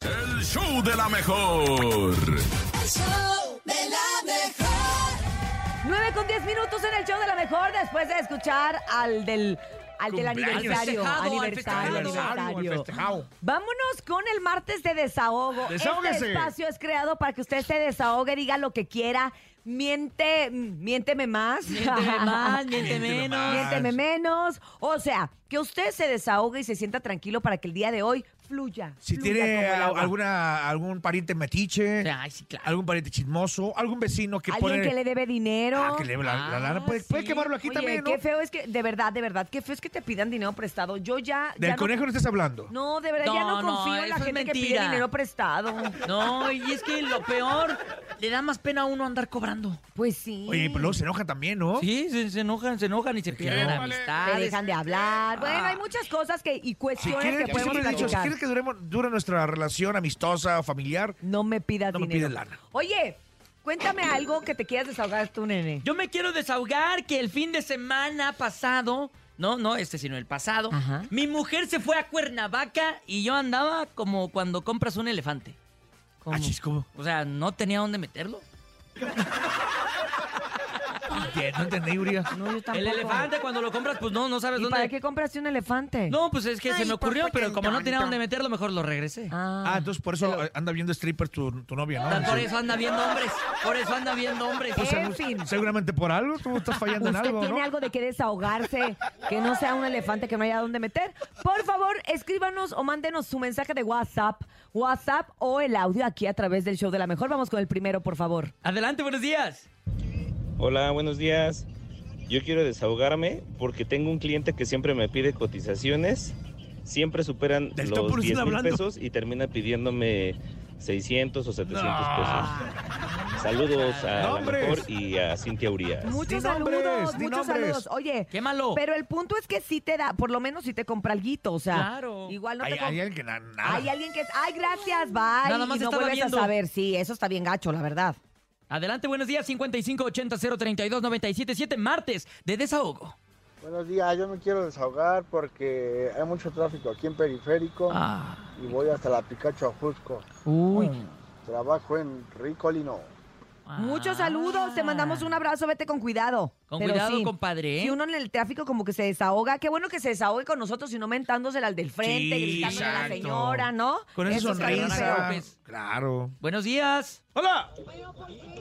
El show de la mejor. El show de la mejor. 9 con 10 minutos en el show de la mejor después de escuchar al del, al del Cumpleaños. aniversario. Festejado, al aniversario, festejado. aniversario. al festejado. Vámonos con el martes de desahogo. Este Desahóguese. espacio es creado para que usted se desahogue, diga lo que quiera, miente, miénteme más. Miénteme más, miénteme Miénteme más. menos. Miénteme menos. O sea, que usted se desahogue y se sienta tranquilo para que el día de hoy fluya. Si fluya tiene como el a- agua. alguna, algún pariente metiche, Ay, sí, claro. algún pariente chismoso, algún vecino que Alguien pone... que le debe dinero. Ah, que le- la, la lana. Ah, Puede, puede sí. quemarlo aquí Oye, también, ¿no? qué feo es que, de verdad, de verdad, qué feo es que te pidan dinero prestado. Yo ya. Del ya no- conejo no estás hablando. No, de verdad, ya no No, no, confío en la eso es gente que pide mentira. dinero prestado. No, y es que lo peor, le da más pena a uno andar cobrando. Pues sí. Oye, pero luego se enoja también, ¿no? Sí, se, se enojan, se enojan y se pierden amistades. Te dejan de hablar. Bueno, hay muchas cosas que y Ah. Si cuestiones quieres, que yo siempre podemos he dicho, si platicar. quieres que duremos, dure nuestra relación amistosa o familiar, No me pidas No me dinero. pidas lana. Oye, cuéntame algo que te quieras desahogar tú, nene. Yo me quiero desahogar que el fin de semana pasado, no, no este, sino el pasado, Ajá. mi mujer se fue a Cuernavaca y yo andaba como cuando compras un elefante. ¿Cómo? ah, chis, ¿cómo? O sea, no tenía dónde meterlo. Entiendo, No entendí, Urias. No, yo tampoco. El elefante cuando lo compras, pues no, no sabes ¿Y dónde. para qué compraste un elefante? No, pues es que se me ocurrió, pero como no tenía dónde meterlo, mejor lo regresé. Ah, Ah, entonces por eso eh, anda viendo strippers tu, tu novia, Ah, ¿no? Por eso anda viendo hombres. Por eso anda viendo hombres. Pues, Eh, en fin. Seguramente por algo, tú estás fallando en Usted algo, tiene ¿no? algo de que desahogarse, que no sea un elefante que no haya dónde meter. Por favor, escríbanos o mándenos su mensaje de WhatsApp, WhatsApp o el audio aquí a través del show de la mejor. Vamos con el primero, por favor. Adelante, buenos días. Hola, buenos días. Yo quiero desahogarme porque tengo un cliente que siempre me pide cotizaciones. Siempre superan Del los Topur 10 están mil hablando. pesos y termina pidiéndome 600 o 700 pesos. Saludos a la Nombres. mejor y a Cintia Urias. Muchos Pues, Di saludos, nombres, di muchos nombres. saludos. Oye, Quémalo. pero el punto es que sí te da, por lo menos sí te compra alguito, o sea, Claro. igual no Hay, te comp- hay alguien que na- nada. Hay alguien que es, ay, gracias, bye. Nada más y no estaba vuelves viendo. a saber, sí, eso está bien gacho, la verdad. Adelante, buenos días. 5580-032-977, martes de desahogo. Buenos días, yo me quiero desahogar porque hay mucho tráfico aquí en Periférico Ah. y voy hasta la Picacho a Jusco. Uy. Trabajo en Ricolino. Muchos saludos, te Ah. mandamos un abrazo, vete con cuidado. Con Pero cuidado, sí, compadre. ¿eh? Si uno en el tráfico como que se desahoga, qué bueno que se desahogue con nosotros y no mentándosela al del frente, Sí, gritándole a la exacto. señora, ¿no? Con esa Eso está bien sonrisa. feo. feo. Claro. Buenos días. ¡Hola!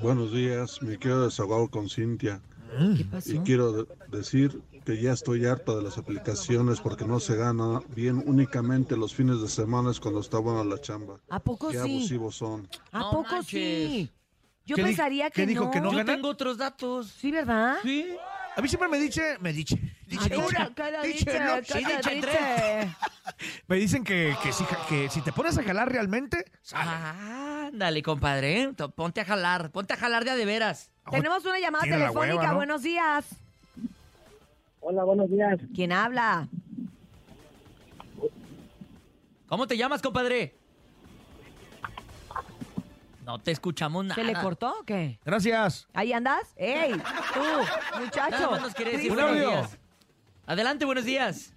Buenos días, me quiero desahogar con Cintia ¿Qué y pasó? quiero de- decir que ya estoy harta de las aplicaciones porque no se gana bien únicamente los fines de semana es cuando está buena la chamba. ¿A poco Qué sí? abusivos son. ¿A No poco manches. sí? Yo ¿Qué di- pensaría que qué dijo no. que no? Yo ganan? tengo otros datos. Sí, ¿verdad? Sí. A mí siempre me dice, me dice, Ah, dice, Ahora, dice, cada dice, dice, no, cada sí, dice, dice. me dicen que, que, si, ja- que si te pones a jalar realmente, sale. Ah, Ándale, compadre. ¿eh? To- Ponte a jalar. Ponte a jalar de a de veras. Tenemos una llamada Tira la telefónica, hueva, ¿no? buenos días. Hola, buenos días. ¿Quién habla? ¿Cómo te llamas, compadre? No te escuchamos nada. ¿Se le cortó o qué? Gracias. ¿Ahí andas? ¡Ey! Tú, Nada muchacho. más nos quiere decir Un buenos audio. días. Adelante, buenos días.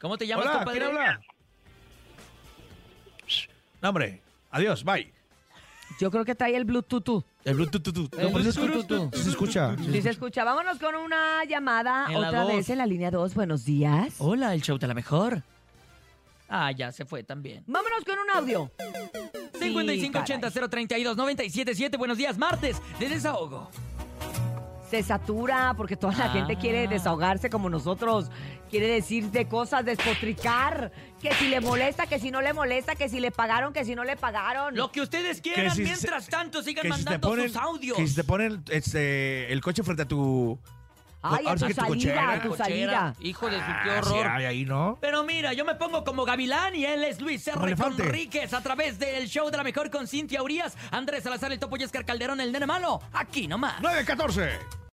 ¿Cómo te llamas, Hola, compadre? ¿quién habla? No, hombre. Adiós, bye. Yo creo que trae el Bluetooth. El Bluetooth. tu, tu, tu. No, El pero se Bluetooth, escucha- tu, tu. Se escucha. Sí, se escucha. Vámonos con una llamada En la otra dos. Oh. vez en la línea 2. Buenos días. Hola, el show de la mejor. Ah, ya se fue también. Vámonos con un audio. Sí, 5580-032-977. Buenos días, martes de desahogo. caray. Se satura porque toda la Ah. gente quiere desahogarse como nosotros. Quiere decir de cosas, despotricar. Que si le molesta, que si no le molesta, que si le pagaron, que si no le pagaron. Lo que ustedes quieran, si se- mientras tanto, sigan Que si te mandando ponen, sus audios. que si te ponen este, el coche frente a tu. Ay, a ahora sí tu que tu salida, cochera, a tu salida. Cochera, Hijo de su qué Ah, sí, horror. ay, ahí, ¿no? Pero mira, yo me pongo como Gavilán y él es Luis Como R. elefante. Conríquez a través del show de la mejor con Cintia Urias, Andrés Salazar, el Topo y Oscar Calderón, el nene malo. Aquí nomás. 9-14.